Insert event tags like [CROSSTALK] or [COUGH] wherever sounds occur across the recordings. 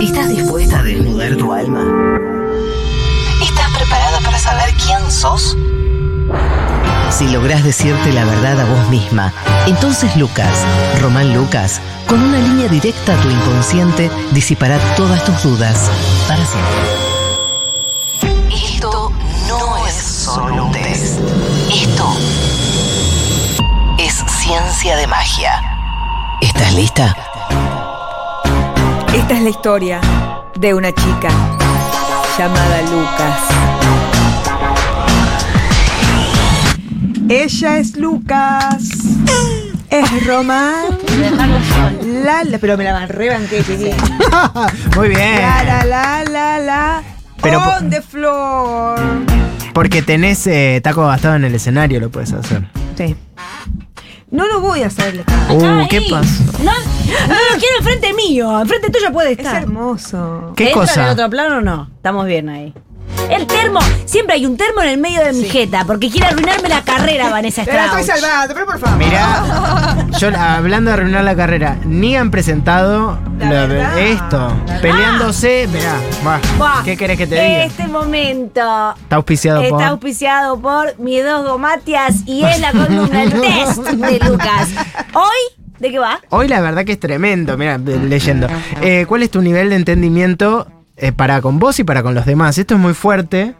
¿Estás dispuesta a desnudar tu alma? ¿Estás preparada para saber quién sos? Si lográs decirte la verdad a vos misma, entonces Lucas, Román Lucas, con una línea directa a tu inconsciente, disipará todas tus dudas para siempre. Esto no es solo un test. Esto es ciencia de magia. ¿Estás lista? Esta es la historia de una chica llamada Lucas. Ella es Lucas. Es Román. La, la- pero me la rebanqué, chiquita. Muy bien. La, la, la, la, la. Pero po- On the floor. Porque tenés eh, taco gastado en el escenario, lo puedes hacer. Sí. No lo voy a hacer. Uh, Ay, ¿qué pasó? No, no lo quiero enfrente mío, enfrente tuyo puede Es estar. hermoso. ¿Qué ¿Entra en el cosa? otro plano o no? Estamos bien ahí. El termo, siempre hay un termo en el medio de mi jeta, porque quiere arruinarme la carrera, Vanessa Pero la Strauss. estoy salvando, pero por favor. Mirá, yo hablando de arruinar la carrera, ni han presentado La lo de- verdad. esto. Peleándose, mirá, va, Buah, ¿qué querés que te diga? Este momento Está auspiciado por. está auspiciado por mis dos gomatias y es la [LAUGHS] columna el test de Lucas. Hoy, ¿de qué va? Hoy la verdad que es tremendo, mira, leyendo. Eh, ¿Cuál es tu nivel de entendimiento eh, para con vos y para con los demás? Esto es muy fuerte.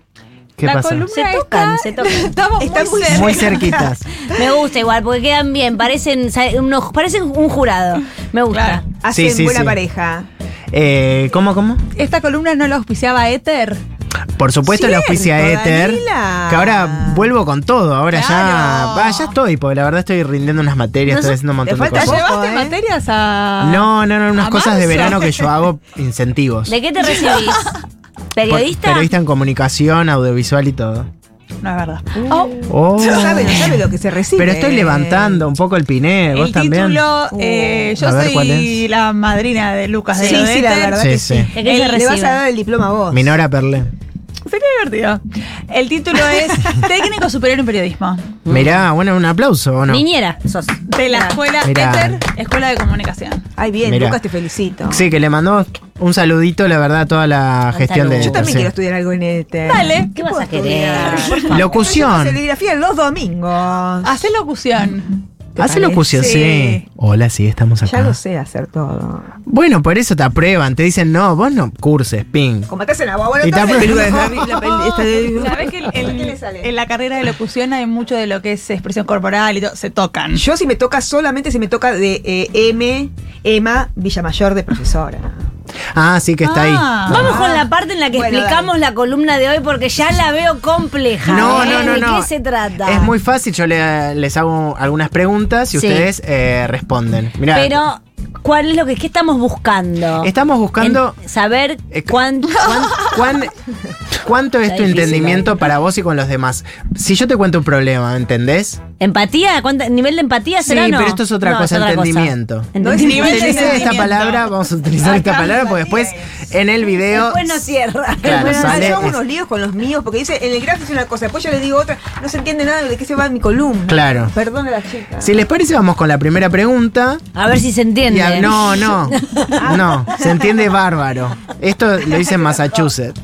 ¿Qué La pasa? columna Se tocan, se tocan. Estamos Está muy muy cerca. Muy cerquitas. Me gusta igual, porque quedan bien, parecen, sa- unos- parecen un jurado. Me gusta. Hacen sí, buena sí. pareja. Eh, ¿Cómo, cómo? Esta columna no la auspiciaba Éter. Por supuesto la Cierto, auspicia Ether. Danila. Que ahora vuelvo con todo. Ahora Claro. ya. ah, ya estoy, porque la verdad estoy rindiendo unas materias, No estoy sé, haciendo un montón te de falta cosas. Poco, llevar- ¿Llevaste ¿eh? materias a.? No, no, no, unas ¿A cosas de marzo? verano que yo [LAUGHS] hago incentivos. ¿De qué te recibís? Por- ¿Periodista? Periodista en comunicación, audiovisual y todo. No es verdad. Oh. No sabe, no sabe lo que se recibe. Pero estoy levantando un poco el piné, vos el también. título, eh, yo A ver, ¿cuál soy es? la madrina de Lucas de Sí, lo de sí, la Éter. verdad Sí, que sí. sí. ¿De qué se Le Le vas recibe? a dar el diploma a vos. Minora Perlé. Sería divertido. El título es Técnico Superior en Periodismo. Mirá, bueno, un aplauso o no. Niñera, sos. De la escuela Mirá. Éter, Escuela de Comunicación. Ay, bien, Mirá. Lucas, te felicito. Sí, que le mandó un saludito, la verdad, a toda la Hasta gestión de luego. Yo también sí. quiero estudiar algo en este. Dale. Eh, ¿Qué vas a querer? estudiar? Locución. Serigrafía los domingos. Hacé locución. ¿Te Hace locución, sí. Sí. Hola, sí, estamos acá. Ya lo sé hacer todo. Bueno, por eso te aprueban, te dicen, no, vos no curses, ping. Como te hacen agua, bueno, Y te entonces- La aprueban. pel- la pel- esta de- Sabés Ah, que el- el- Este, ¿Qué le sale? en la carrera de locución hay mucho de lo que es expresión corporal y todo. Se tocan. Yo si me toca solamente si me toca de eh, M, Emma Villamayor de profesora. Ah, sí que está Ah. ahí. Vamos con la parte en la que Bueno, explicamos la columna de hoy porque ya la veo compleja. No, ¿eh? no, no, ¿De no. qué se trata? Es muy fácil, yo le- les hago algunas preguntas y Sí. ustedes eh, responden. Mirá, Pero, ¿cuál es lo que qué estamos buscando? estamos buscando En saber Eh, cuán- cuán- cuán- cuánto es Está tu difícil, entendimiento ahí. para vos y con los demás. Si yo te cuento un problema, ¿entendés? empatía, ¿Cuánta- nivel de empatía Sí, será o no? pero esto es otra No, cosa, entendimiento. No es Entendimiento. nivel de Utilicen esta entendimiento. palabra, vamos a utilizar esta palabra, porque después en el video... Después no cierra. Claro, Después no Ah, sale- yo cierra. hago unos líos con los míos porque dice en el gráfico es una cosa, después yo le digo otra, no se entiende nada de qué se va mi columna. Claro. Perdón a la chica. Si les parece, vamos con la primera pregunta. A ver si se entiende. Y a- no, no, no, se entiende bárbaro. Esto lo hice en Massachusetts.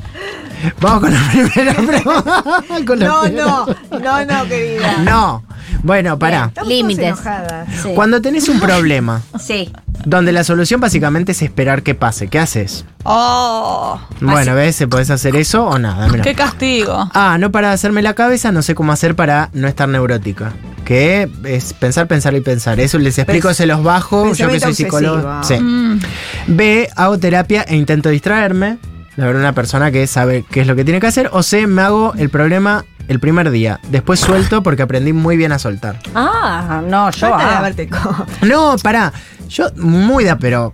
Vamos con la [LAUGHS] primera pregunta. Con la No, primera- [LAUGHS] no, no, no, querida. No. Bueno, pará. Estamos todas Límites. enojadas. Sí. Cuando tenés un problema, Sí. donde la solución básicamente es esperar que pase, ¿qué haces? ¡Oh! Bueno, ¿ves? ¿Se podés hacer eso o nada? mirá. ¡Qué castigo! Ah, no para de hacerme la cabeza, no sé cómo hacer para no estar neurótica. Que es pensar, pensar y pensar. Eso les explico, Pens- se los bajo, yo que pensamiento soy psicólogo. obsesivo. Mm. Sí. B, hago terapia e intento distraerme. La verdad, una persona que sabe qué es lo que tiene que hacer. O C, me hago el problema el primer día. Después suelto porque aprendí muy bien a soltar. Ah, no, yo. Falta ah. lavarte el co- No, pará. Yo muy da, pero.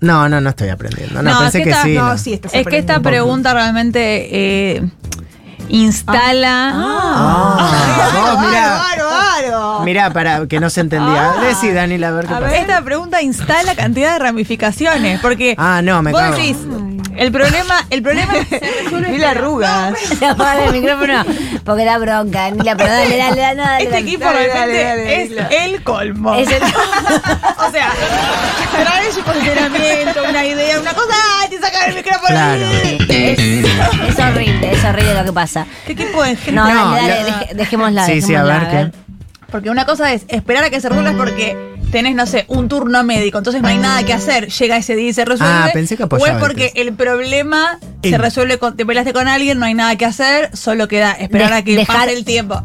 No, no, no estoy aprendiendo. No, No, pensé es que, que está- sí. no, no. sí, estás Es que esta aprendiendo. pregunta realmente eh, instala. [LAUGHS] Ah, vos, mirá, Aro, aro, aro. mirá, para que no se entendía. Ah. Decí, Dani, a ver qué A pasa. ver, esta pregunta instala cantidad de ramificaciones. Porque Ah, no, me vos cago. decís, el problema, [LAUGHS] el problema es que se resuelve Mil esperando. arrugas. Se apaga el micrófono porque da bronca. Ni la pero dale, dale, dale, dale, Este dale. equipo dale, dale, realmente dale, dale. es el colmo. Es el- [LAUGHS] o sea, trae su consideramiento, una idea, una cosa, ay, apagar el micrófono. Claro. Es, es horrible, es horrible lo que pasa. ¿Qué tipo de gente? No, No, dale, dale, la- deje- dejémosla. Sí, sí, a dejémosla, ver qué. Porque una cosa es esperar a que se resuelva es porque tenés, no sé, un turno médico, entonces no hay nada que hacer. Llega ese día y se resuelve. Ah, pensé que O es apoyaba porque antes. el problema se El- resuelve, con, te peleaste con alguien, no hay nada que hacer, solo queda esperar De- a que dejar- pase el tiempo.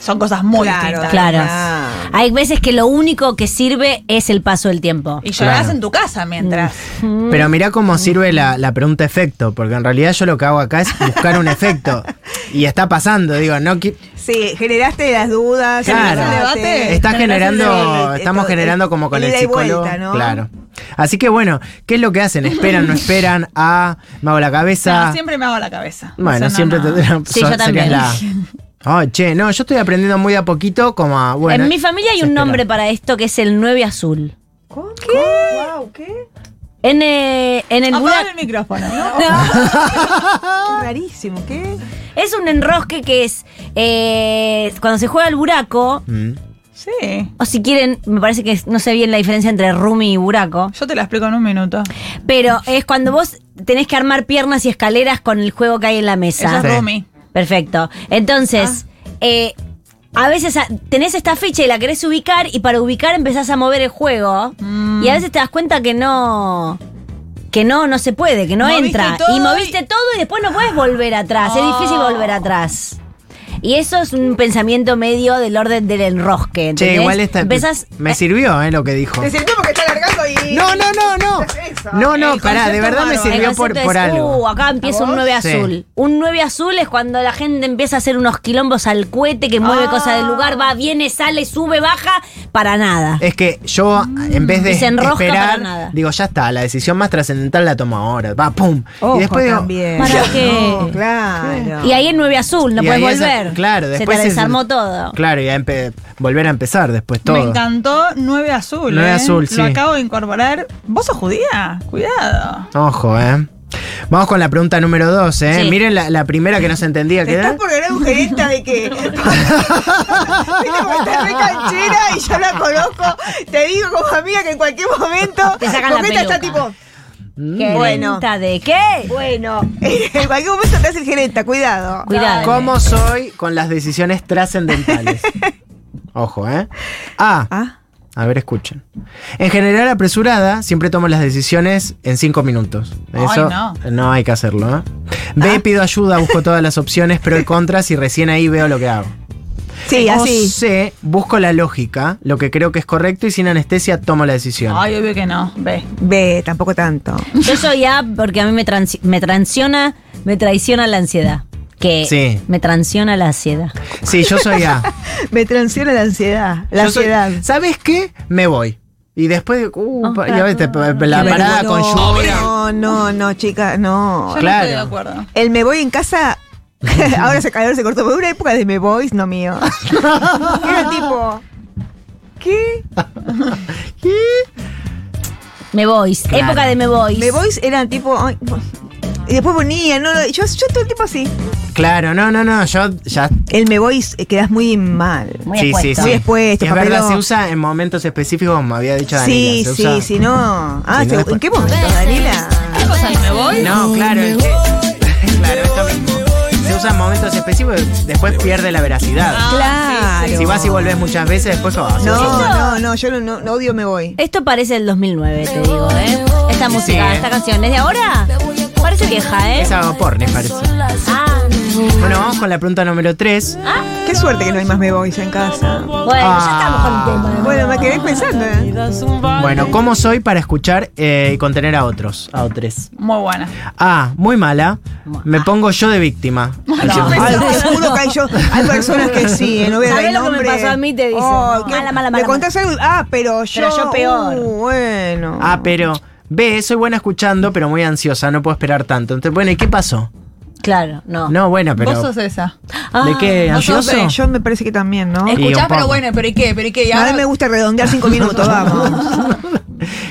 Son cosas muy Claro. distintas. Claro. Ah. Hay veces que lo único que sirve es el paso del tiempo. Y llorás Claro. Mm. en tu casa mientras. Mm. Pero mirá cómo sirve la, la pregunta efecto, porque en realidad yo lo que hago acá es buscar un efecto. Y está pasando, digo, no qui- Sí, generaste las dudas. Claro. generaste- Debate. Está Pero no es el generando, debate, estamos esto- generando como con el el ida y vuelta, psicólogo. ¿no? Claro. Así que bueno, ¿qué es lo que hacen? ¿Esperan, no esperan? Ah, me hago la cabeza. No, siempre me hago la cabeza. O Bueno, sea, no, siempre no. te Sí, yo serías también. [LAUGHS] la- Ay, che, no, yo estoy aprendiendo muy de a poquito, como a, bueno. en mi familia hay se un espera. nombre para esto que es el 9 azul. ¿Cómo? ¿Qué? Wow, ¿qué? En, eh, en el Apagame Buda el micrófono. Qué rarísimo, ¿qué? es un enrosque que es eh, cuando se juega al buraco, Mm. Sí. o si quieren, me parece que es- no sé bien la diferencia entre rumi y buraco, Yo te la explico en un minuto. pero es cuando vos tenés que armar piernas y escaleras con el juego que hay en la mesa. Esa es Sí. Romy. Perfecto. Entonces, eh, a veces a- tenés esta ficha y la querés ubicar y para ubicar empezás a mover el juego y a veces te das cuenta que no que no no se puede, que no Moviste entra todo y moviste y- todo y después no puedes volver atrás, es Oh. difícil volver atrás. Y eso es un pensamiento medio del orden del enrosque. Che, ¿entendés? igual esta. Empezás- Me sirvió, ¿eh? Lo que dijo. Te sirvió porque está alargando y. No, no, no, [LAUGHS] no. No, no, El pará, de verdad me concepto bárbaro. el sirvió por, concepto por es, algo. "Uh, acá empieza un 9 Sí. azul. Un 9 azul es cuando la gente empieza a hacer unos quilombos al cohete, que Ah. mueve cosas del lugar, va, viene, sale, sube, baja, para nada. Es que yo, en vez de Y se enrosca para esperar, nada. digo, ya está, la decisión más trascendental la tomo ahora. Va, pum. Ojo y después digo, también. ¿Para No, qué? claro. Y ahí el 9 azul, no y puedes ahí esa- volver. claro, después es- Mm. Se te desarmó todo. Claro, y a empe- volver a empezar después todo. Me encantó 9 azul. Nueve eh. azul, sí. Lo acabo de incorporar. ¿Vos sos judía? Cuidado. Ojo, ¿eh? Vamos con la pregunta número dos, ¿eh? Sí. Miren la, la primera que no se entendía. Te que era- estás por ganar un gerente de [LAUGHS] que. Viste como estás re canchera y yo la conozco. Te digo como amiga que en cualquier momento. Te sacan la porque esta está peluca. tipo. [LAUGHS] ¿Qué Bueno. venta de qué? Bueno, en cualquier momento te hace el gerente, cuidado. Cuidado. ¿Cómo soy con las decisiones [LAUGHS] trascendentales? Ojo, ¿eh? A. Ah. A ver, escuchen. En general, apresurada, siempre tomo las decisiones en cinco minutos. Ay, Eso no. hay que hacerlo, ¿eh? B. Pido ayuda, busco todas las opciones, pero y contras y recién ahí veo lo que hago. Sí, o así. C. Busco la lógica, lo que creo que es correcto y sin anestesia tomo la decisión. Ay, obvio que no. Ve. Ve, tampoco tanto. Yo soy A porque a mí me, transi- me traiciona, me traiciona la ansiedad. Que Sí. me traiciona la ansiedad. Sí, yo soy A. Me traiciona la ansiedad. La Yo soy- ansiedad. ¿Sabes qué? Me voy. Y después, digo, uh, Oh, pa- ya claro. ves, te- la Qué parada vergüenza. con lluvia. No, no, no, chica, no. Yo Claro. no estoy de acuerdo. El me voy en casa. [LAUGHS] Ahora se calor se cortó. Pero una época de me voy, no [LAUGHS] mío. Era tipo. ¿Qué? Me voy. Claro. Época de me voy. Me voy eran tipo. ay, y después ponía, no, no, yo, yo todo el tiempo así. Claro, no, no, no, yo ya... El me voy eh, quedas muy mal. Muy sí, sí, expuesto. sí. Muy expuesto, Y es verdad, papelón. se usa en momentos específicos, como había dicho sí, Daniela. se usa- sí, sí, no. Ah, Si no, se- después- ¿en qué momento, Daniela? ¿Qué cosas me voy? No, claro, es que- [LAUGHS] claro, esto mismo. Se usa en momentos específicos, después pierde la veracidad. Claro. Si vas y volvés muchas veces, después... oh, se usa. No, no, no, yo no, no- no odio me voy. Esto parece el 2009, te digo, ¿eh? Esta música, ¿eh? esta canción, ¿es de ahora? Parece vieja, ¿eh? Es algo porno, parece. Ah, Bueno, vamos con la pregunta número 3. Qué suerte que no hay más me voy en casa. bueno, Ah. ya estamos con el tema. Bueno, me quedé pensando, ¿eh? Bueno, ¿cómo soy para escuchar eh, y contener a otros? A otros. Muy buena. A, muy mala. Me pongo yo [LAUGHS] de víctima. Diciendo, Ay, te juro que hay, yo, hay personas que sí, eh, no voy a dar ¿Sabés lo que me nombre. pasó a mí? Te dicen, no, ¿qué? mala, mala, Me mala, contás algo, ah, pero yo. yo peor. uh, bueno. Ah, pero. B, soy buena escuchando, pero muy ansiosa, no puedo esperar tanto. Entonces, bueno, ¿y qué pasó? Claro, no. No, bueno, pero. Vos sos esa. Ah, ¿De qué? vos sos ¿Ansioso? Eh, yo me parece que también, ¿no? un Escuchás, pero poco. bueno, pero ¿y qué? ¿Pero y qué? Y A [LAUGHS] ahora- mí me gusta redondear cinco minutos, vamos.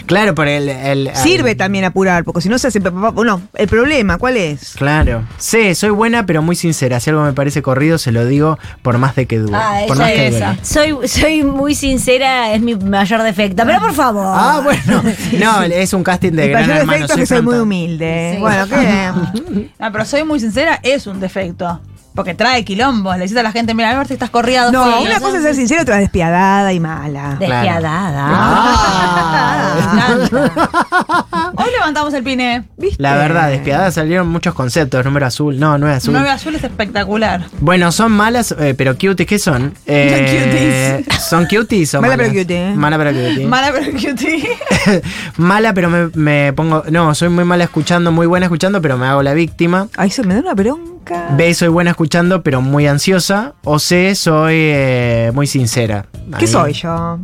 Claro, por el. el- Sirve al- también apurar, porque si no se hace. pa- pa- pa- No, el problema, ¿cuál es? Claro. Sí, soy buena, pero muy sincera. Si algo me parece corrido, se lo digo por más de que duele. Ah, por ella más que es- duela. soy, soy muy sincera, es mi mayor defecto. Pero por favor. Ah, bueno. No, es un casting de El gran mayor hermano. defecto es que soy muy frontal. humilde. Sí. Bueno, ¿qué? No, Ah, pero soy muy sincera, es un defecto. Porque trae quilombos, le dices a la gente, mira, a ver si estás corrida dos No, cuadras". una cosa es ser sincero, otra es despiadada y mala. Claro. Despiadada. [LAUGHS] Ah. Hoy levantamos el pine. ¿Viste? La verdad, despiadada salieron muchos conceptos. Número azul. No, no es Su azul. novio azul es espectacular. Bueno, son malas, eh, pero cuties, ¿qué son? Eh, ¿Son cuties o Mala malas? pero cutie. Mala pero cutie. Mala pero cutie. mala, pero me, me pongo. No, soy muy mala escuchando, muy buena escuchando, pero me hago la víctima. Ay, se me da una bronca. B, soy buena escuchando, pero muy ansiosa. O C, soy eh, muy sincera. ¿Qué Ahí. soy yo?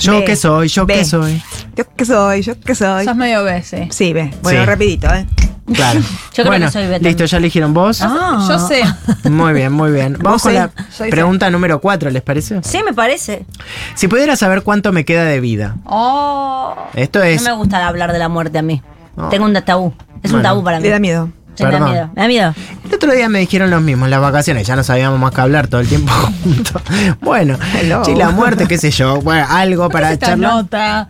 ¿Yo B. qué soy? ¿Yo B. qué soy? ¿Yo qué soy? ¿Yo qué soy? Sos medio BC. Sí, ve. Bueno, Sí. rapidito, ¿eh? Claro. creo que bueno, soy B Listo, también. ya eligieron vos. Ah. Yo [LAUGHS] sé. Muy bien, muy bien. Vos Vamos con soy- la soy pregunta número 4, ¿les parece? Sí, me parece. Si pudiera saber cuánto me queda de vida. Oh. Esto No es. me gusta hablar de la muerte a mí. No. Tengo un tabú. Es un Bueno. tabú para mí. Le da miedo. Sí, me da Perdón. miedo. Me da miedo. El otro día me dijeron los mismos, las vacaciones, ya no sabíamos más que hablar todo el tiempo [LAUGHS] juntos. Bueno, Hello. sí, la muerte, qué sé yo, bueno, algo para Esta charlar. nota.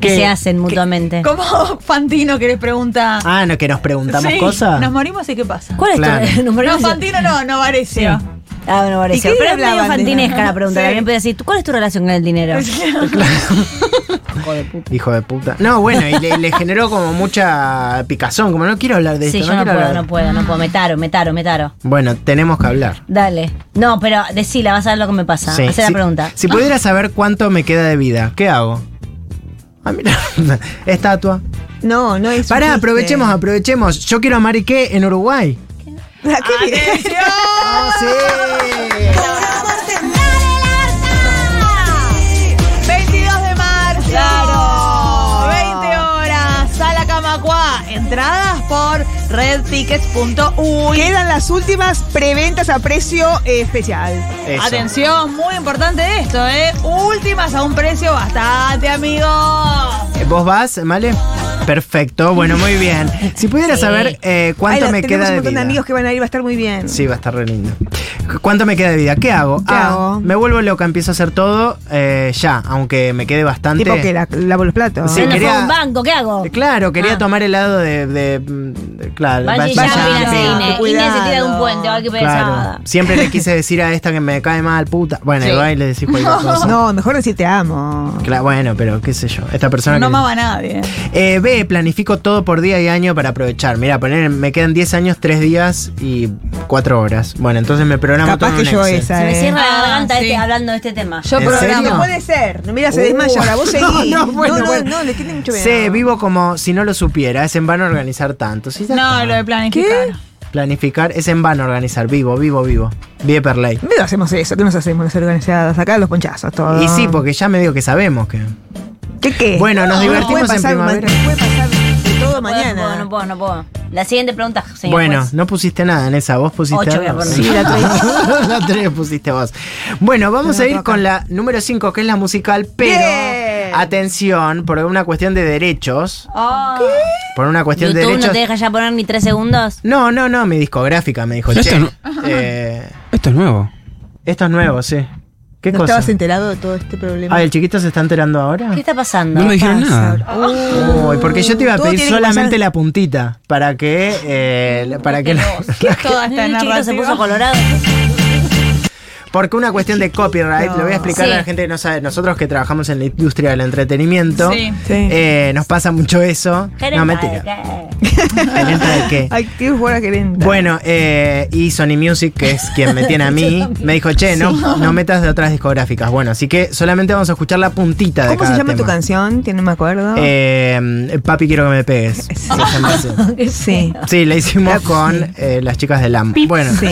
Que ¿Qué? se hacen mutuamente. ¿Cómo Fantino que les pregunta? Ah, no, que nos preguntamos Sí, cosas. Nos morimos y qué pasa. ¿Cuál es Claro. tu [LAUGHS] número? No, Fantino no, no Varecio. Ah, bueno, ¿Y qué Mauricio. Pero es medio hablaban de- fantinesca la pregunta. Sí. También podía decir, ¿tú- ¿cuál es tu relación con el dinero? Hijo de puta. Hijo de puta. No, bueno, y le, le generó como mucha picazón, como no quiero hablar de Sí, esto. yo no quiero puedo, hablar. no puedo, no puedo. Me taro, me taro, me taro. Bueno, tenemos que hablar. Dale. No, pero decila, vas a ver lo que me pasa. Sí, Hacé si, Ah, la pregunta. Ah. Si pudiera saber cuánto me queda de vida, ¿qué hago? Ah, mira, [LAUGHS] estatua. No, no es. Ah, [LAUGHS] Pará, aprovechemos, aprovechemos. Yo quiero a Mari Kay en Uruguay. ¿Qué bien. ¡Ah, sí! 22 de marzo. Claro. 20 horas. Sala Camacuá. Entradas por redtickets.uy. Quedan las últimas preventas a precio eh, especial. Eso. Atención, muy importante esto, ¿eh? Últimas a un precio bastante, amigo. ¿Vos vas, Male? Perfecto, bueno, muy bien. Si pudiera Sí. saber eh, cuánto Ay, la- me tenemos queda un de montón vida. de amigos que van a ir, va a estar muy bien. Sí, va a estar re lindo. ¿Cuánto me queda de vida? ¿Qué hago? Ah, hago? Me vuelvo loca, empiezo a hacer todo eh, ya, aunque me quede bastante. Tipo que la, lavo los platos. Sí, Bueno, quería- fue a un banco, ¿qué hago? Eh, Claro, quería Ah. tomar helado de. de- de- claro, Vaya vaya- ya, mira, shopping. se Inés. Inés se tira de un Cuidado. puente, ay, qué pesada. Claro. Siempre [LAUGHS] le quise decir a esta que me cae mal, puta. Bueno, Sí. igual le decís cualquier [LAUGHS] cosa. No, mejor decir te amo. Cla- bueno, pero qué sé yo. Esta persona. que- No amaba a nadie. Eh, B, planifico todo por día y año para aprovechar. Mira, poner, me quedan 10 años, 3 días y 4 horas. Bueno, entonces me programo Capaz todo en que yo un Excel. esa, Se me eh. cierra Ah, la garganta sí. este- hablando de este tema. Yo ¿En programo. serio? No puede ser. Mira, se desmaya ahora. Vos seguís. No, no, bueno, [LAUGHS] no, no, bueno. no, le tiene mucho miedo. C, vivo como si no lo supiera. Es en vano organizar tanto. Sí, ya No, está. lo de planificar. Planificar es en vano organizar. Vivo, vivo, vivo. Vive per ley. ¿Dónde hacemos eso? ¿Qué nos hacemos las organizadas? Acá los ponchazos, todo. Y sí, porque ya me digo que sabemos que. ¿Qué qué? Bueno, nos puede divertimos en pasar, primavera. ma- Puede pasar de todo No puedo, mañana. No puedo, no puedo, no puedo. La siguiente pregunta, señor. bueno, juez. no pusiste nada en esa. Vos pusiste. Ocho voy a algo? poner. Sí, Sí, la tres. [LAUGHS] la tres pusiste vos. Bueno, vamos No, a ir toca. con la número 5, que es la musical, pero. Bien. Atención, por una cuestión de derechos. Oh. Por una cuestión de Ah. YouTube derechos. no te deja ya poner ni tres segundos. No, no, no, mi discográfica me dijo. No, "Che, esto no- eh, Esto es nuevo. esto es nuevo, sí. ¿Qué ¿No cosa? estabas enterado de todo este problema? Ah, ¿el chiquito se está enterando ahora? ¿Qué está pasando? Ah. No me dijeron nada. Pasa. ah. Uh, Uy, porque yo te iba a todo pedir tiene que solamente pasar- la puntita para que eh, la- para que la- ¿Qué es [LAUGHS] toda esta El chiquito se puso narrativa? colorado. [LAUGHS] porque una cuestión de copyright lo voy a explicar Sí. a la gente que no sabe nosotros que trabajamos en la industria del entretenimiento Sí. Sí. eh, nos pasa mucho eso no mentira Gerenta de qué Ay, qué buena gerenta. bueno, eh, y Sony Music, que es quien me tiene [LAUGHS] a mí, me dijo, che, no, no metas de otras discográficas. Bueno, así que solamente vamos a escuchar la puntita de ¿Cómo se cada llama tu tema. canción? Que no me acuerdo. Eh, Papi, quiero que me pegues. Ah. Sí. Se [LAUGHS] llama así. sí. Sí, la hicimos con eh, las chicas del LAM. Bueno, [LAUGHS] Sí.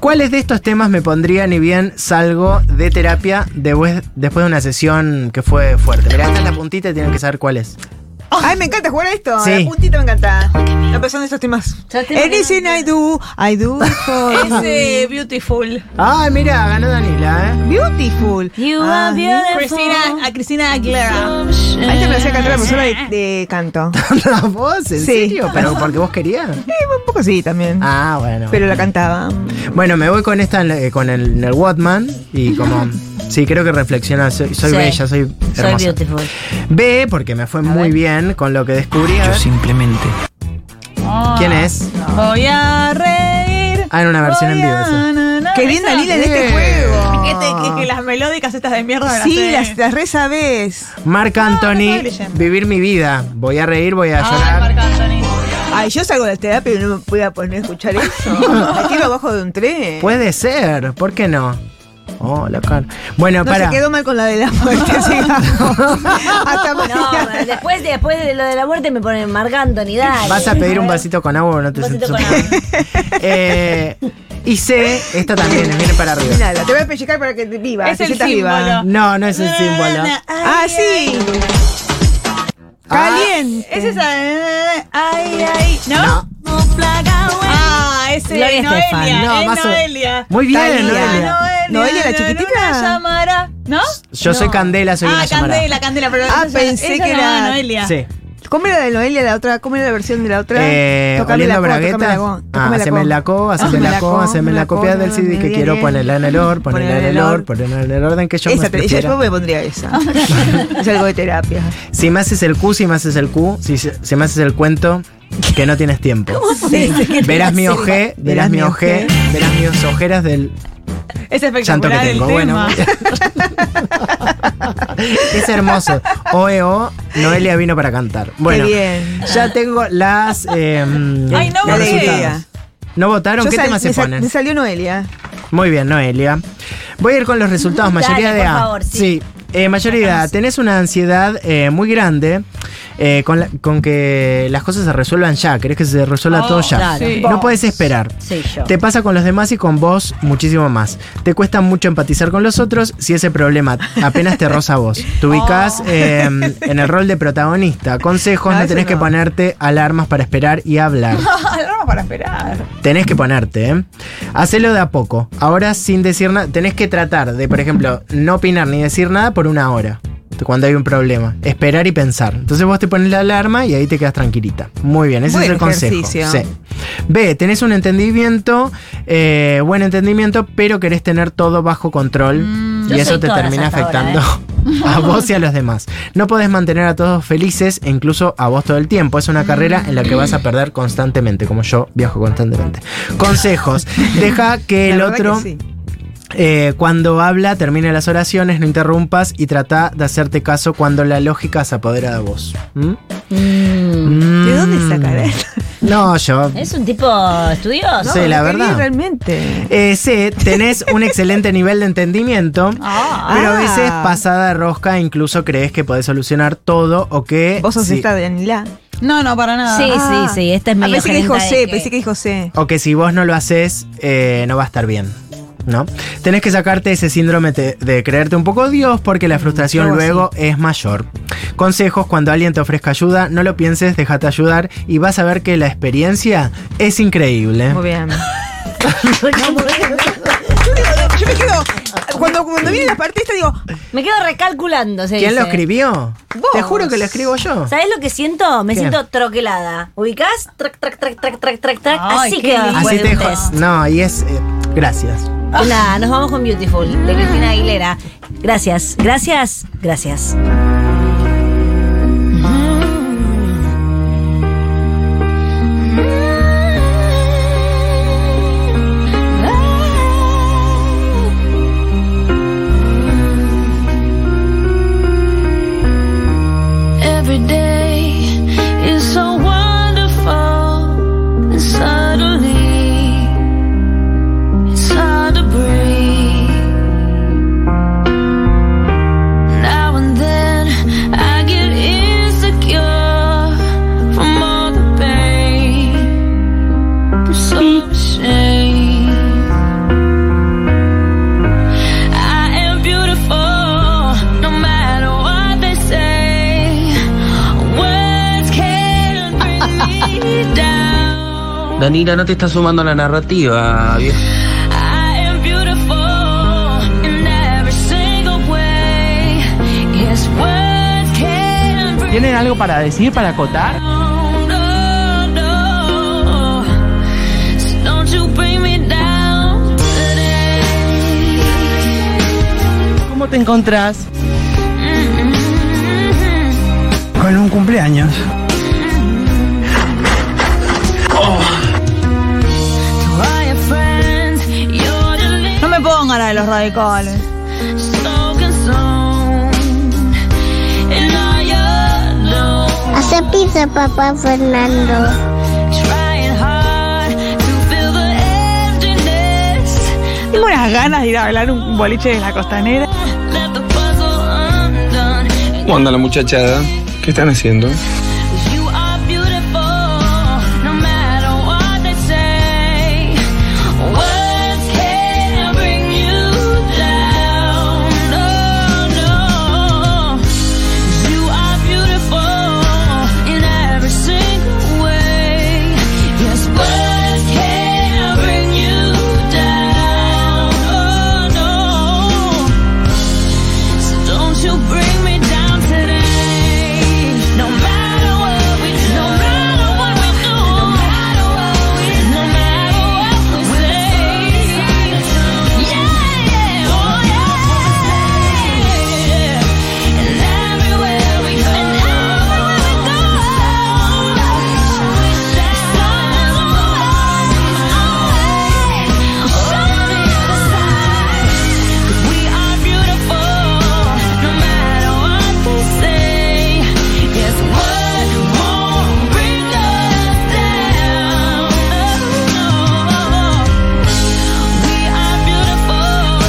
¿cuáles de estos temas me pondría ni bien salgo de terapia después, después de una sesión que fue fuerte? Mirá, esta es la puntita y tienen que saber cuál es. Ay, me encanta jugar a esto. Sí. La puntita me encanta. La persona de estos temas. Yo estoy Anything I do, I do it for [LAUGHS] Ese beautiful. Ay, mira, ganó Danila, [LAUGHS] ¿eh? Beautiful. You Ah, are beautiful. Cristina, a Cristina Aguilera. A este me lo hacía cantar la profesora de, de canto. ¿La voz? ¿En Sí. serio? ¿Pero porque vos querías? Eh, un poco sí también. Ah, bueno. Pero la cantaba. Bueno, me voy con esta, eh, con el, en el Watman y como... Sí, creo que reflexiona, soy, soy Sí. bella, soy Soy hermosa. beautiful. B, porque me fue muy ver. bien con lo que descubrí. A Yo ver, simplemente ¿Quién es? Oh. Voy a reír. Ah, era una versión en vivo esa. Qué bien Dalila en este Sí. juego. Que, te- que- que las melódicas estas de mierda las Sí, sé. las, las re sabés. Marc Anthony, estoy leyendo. vivir mi vida. Voy a reír, voy a Ay, llorar. Marc Anthony. Ay, yo salgo de la terapia y no me voy a poner a escuchar eso. Aquí me abajo de un tren. Puede ser, ¿por qué no? Oh, la cara. Bueno, no para. se quedó mal con la de la muerte, [LAUGHS] sigamos. Hasta No, mañana. pero después, después de lo de la muerte me ponen marcando ni dale. ¿Vas a pedir un vasito con agua o no te Un vasito sentís- con agua. [LAUGHS] Eh, y C, esta también, viene para arriba. Nada, te voy a pellizcar para que te viva, Es te el sientas viva. símbolo. No, no es el símbolo. Ah, sí. Caliente. Ah, Es esa. Ay, ay. ¿No? No. Ah, ese Gloria es Noelia. Estefan. No, es más o- Noelia. Muy bien, Talía. Noelia. Noelia. Noelia, la chiquitita. luna llamará. ¿No? Yo soy Candela, soy ah, una llamarada. Candela, Candela, pero Ah, esa- pensé esa que llamaba era- Noelia. Sí. ¿Cómo era la de Noelia la otra? ¿Cómo era la versión de la otra? Eh, Tocame oliendo la co, tocame braguetas. la co, Ah, tocame la haceme co. la co, haceme la co, haceme la copia del CD que quiero ponerla en el orden, ponerla en el orden, ponerla en el orden que yo Esa, más te- yo prefiera. me pondría esa. es algo de terapia. Si me haces el Q, si me haces el Q, si, si me haces el cuento, que no tienes tiempo. Verás mi OG, verás mi OG, verás mis ojeras del Es llanto que espectacular tengo. el Bueno, tema. [LAUGHS] [LAUGHS] es hermoso. OEO, Noelia vino para cantar. Bueno, Qué bien. ya tengo las. eh, Ay, no los voté. resultados. ¿No votaron? Yo ¿Qué sal- tema se me sal- ponen? Me salió Noelia. Muy bien, Noelia. Voy a ir con los resultados. Mayoría Dale, de por A. favor, sí. Eh, mayoría de A. Tenés una ansiedad eh, muy grande eh, con, la- con que las cosas se resuelvan ya. Querés que se resuelva todo ya. claro. Sí. No puedes esperar. Sí, yo. Te pasa con los demás y con vos muchísimo más. Te cuesta mucho empatizar con los otros si ese problema apenas te roza a vos. Te ubicás eh, en el rol de protagonista. Consejos, No, no, eso tenés que no. ponerte alarmas para esperar y hablar. Vamos para esperar. Tenés que ponerte, ¿eh? Hacelo de a poco. Ahora sin decir nada, tenés que tratar de, por ejemplo, no opinar ni decir nada por una hora. Cuando hay un problema. Esperar y pensar. Entonces vos te pones la alarma y ahí te quedas tranquilita. Muy bien, ese Buen es el consejo. ejercicio. Sí. B, tenés un entendimiento, eh, buen entendimiento, pero querés tener todo bajo control. Mm. Yo y eso soy te todas termina hasta ahora, ¿eh? afectando [LAUGHS] a vos y a los demás. No podés mantener a todos felices e incluso a vos todo el tiempo. Es una carrera en la que vas a perder constantemente, como yo viajo constantemente. [LAUGHS] Consejos. Deja que el La verdad otro... que sí. Eh, cuando habla, termina las oraciones, no interrumpas y trata de hacerte caso cuando la lógica se apodera de vos. ¿Mm? ¿De Mm. dónde sacará eso? No, yo. Es un tipo estudioso. Sí, la Lo quería verdad. Realmente. Eh, sé, tenés un excelente nivel [LAUGHS] de entendimiento, Ah. pero a Ah. veces pasada de rosca incluso crees que podés solucionar todo o que... Vos sos si- esta de Anilá. No, no, para nada. Sí, Ah. sí, sí. Esta es Ah, mi pensé que gerenta dijo de C, pensé que dijo C. O que si vos no lo haces, eh, no va a estar bien. ¿No? Tenés que sacarte ese síndrome te- de creerte un poco Dios porque la frustración algo luego es mayor. Consejos, cuando alguien te ofrezca ayuda, no lo pienses, déjate ayudar y vas a ver que la experiencia es increíble. Muy bien. Yo, digo, yo me quedo. Cuando, cuando viene la parte esta, digo, Me quedo recalculando. se ¿Quién lo dice. escribió? Vos. Te juro que lo escribo yo. ¿Sabes lo que siento? Me ¿Qué? siento troquelada. ¿Ubicás? Trac, trac, trac, trac, trac, trac, trac. Ay, Así qué que lindo. Así después te de un dejo. test. No, y es. eh, gracias. Nada, nos vamos con Beautiful, de Cristina Aguilera. Gracias, gracias, gracias. Every day is so wonderful, and suddenly it's hard to breathe. Now and then me down. Danila, no te estás sumando a la narrativa, vieja. I am beautiful in every single way. Yes, words can bring ¿Tienen algo para decir, para acotar? down. Oh, no. So don't you bring me down today. ¿Cómo te encontrás? Con un cumpleaños. All your friends, you're the No me pongan la de los radicales. so consumed. And all you're alone. Hace pizza, papá Fernando. Trying hard to fill the emptiness. Tengo unas ganas de ir a hablar un boliche de la costanera. Left the puzzle undone. ¿Cómo anda la muchachada? ¿Qué están haciendo? oh, oh, Oh,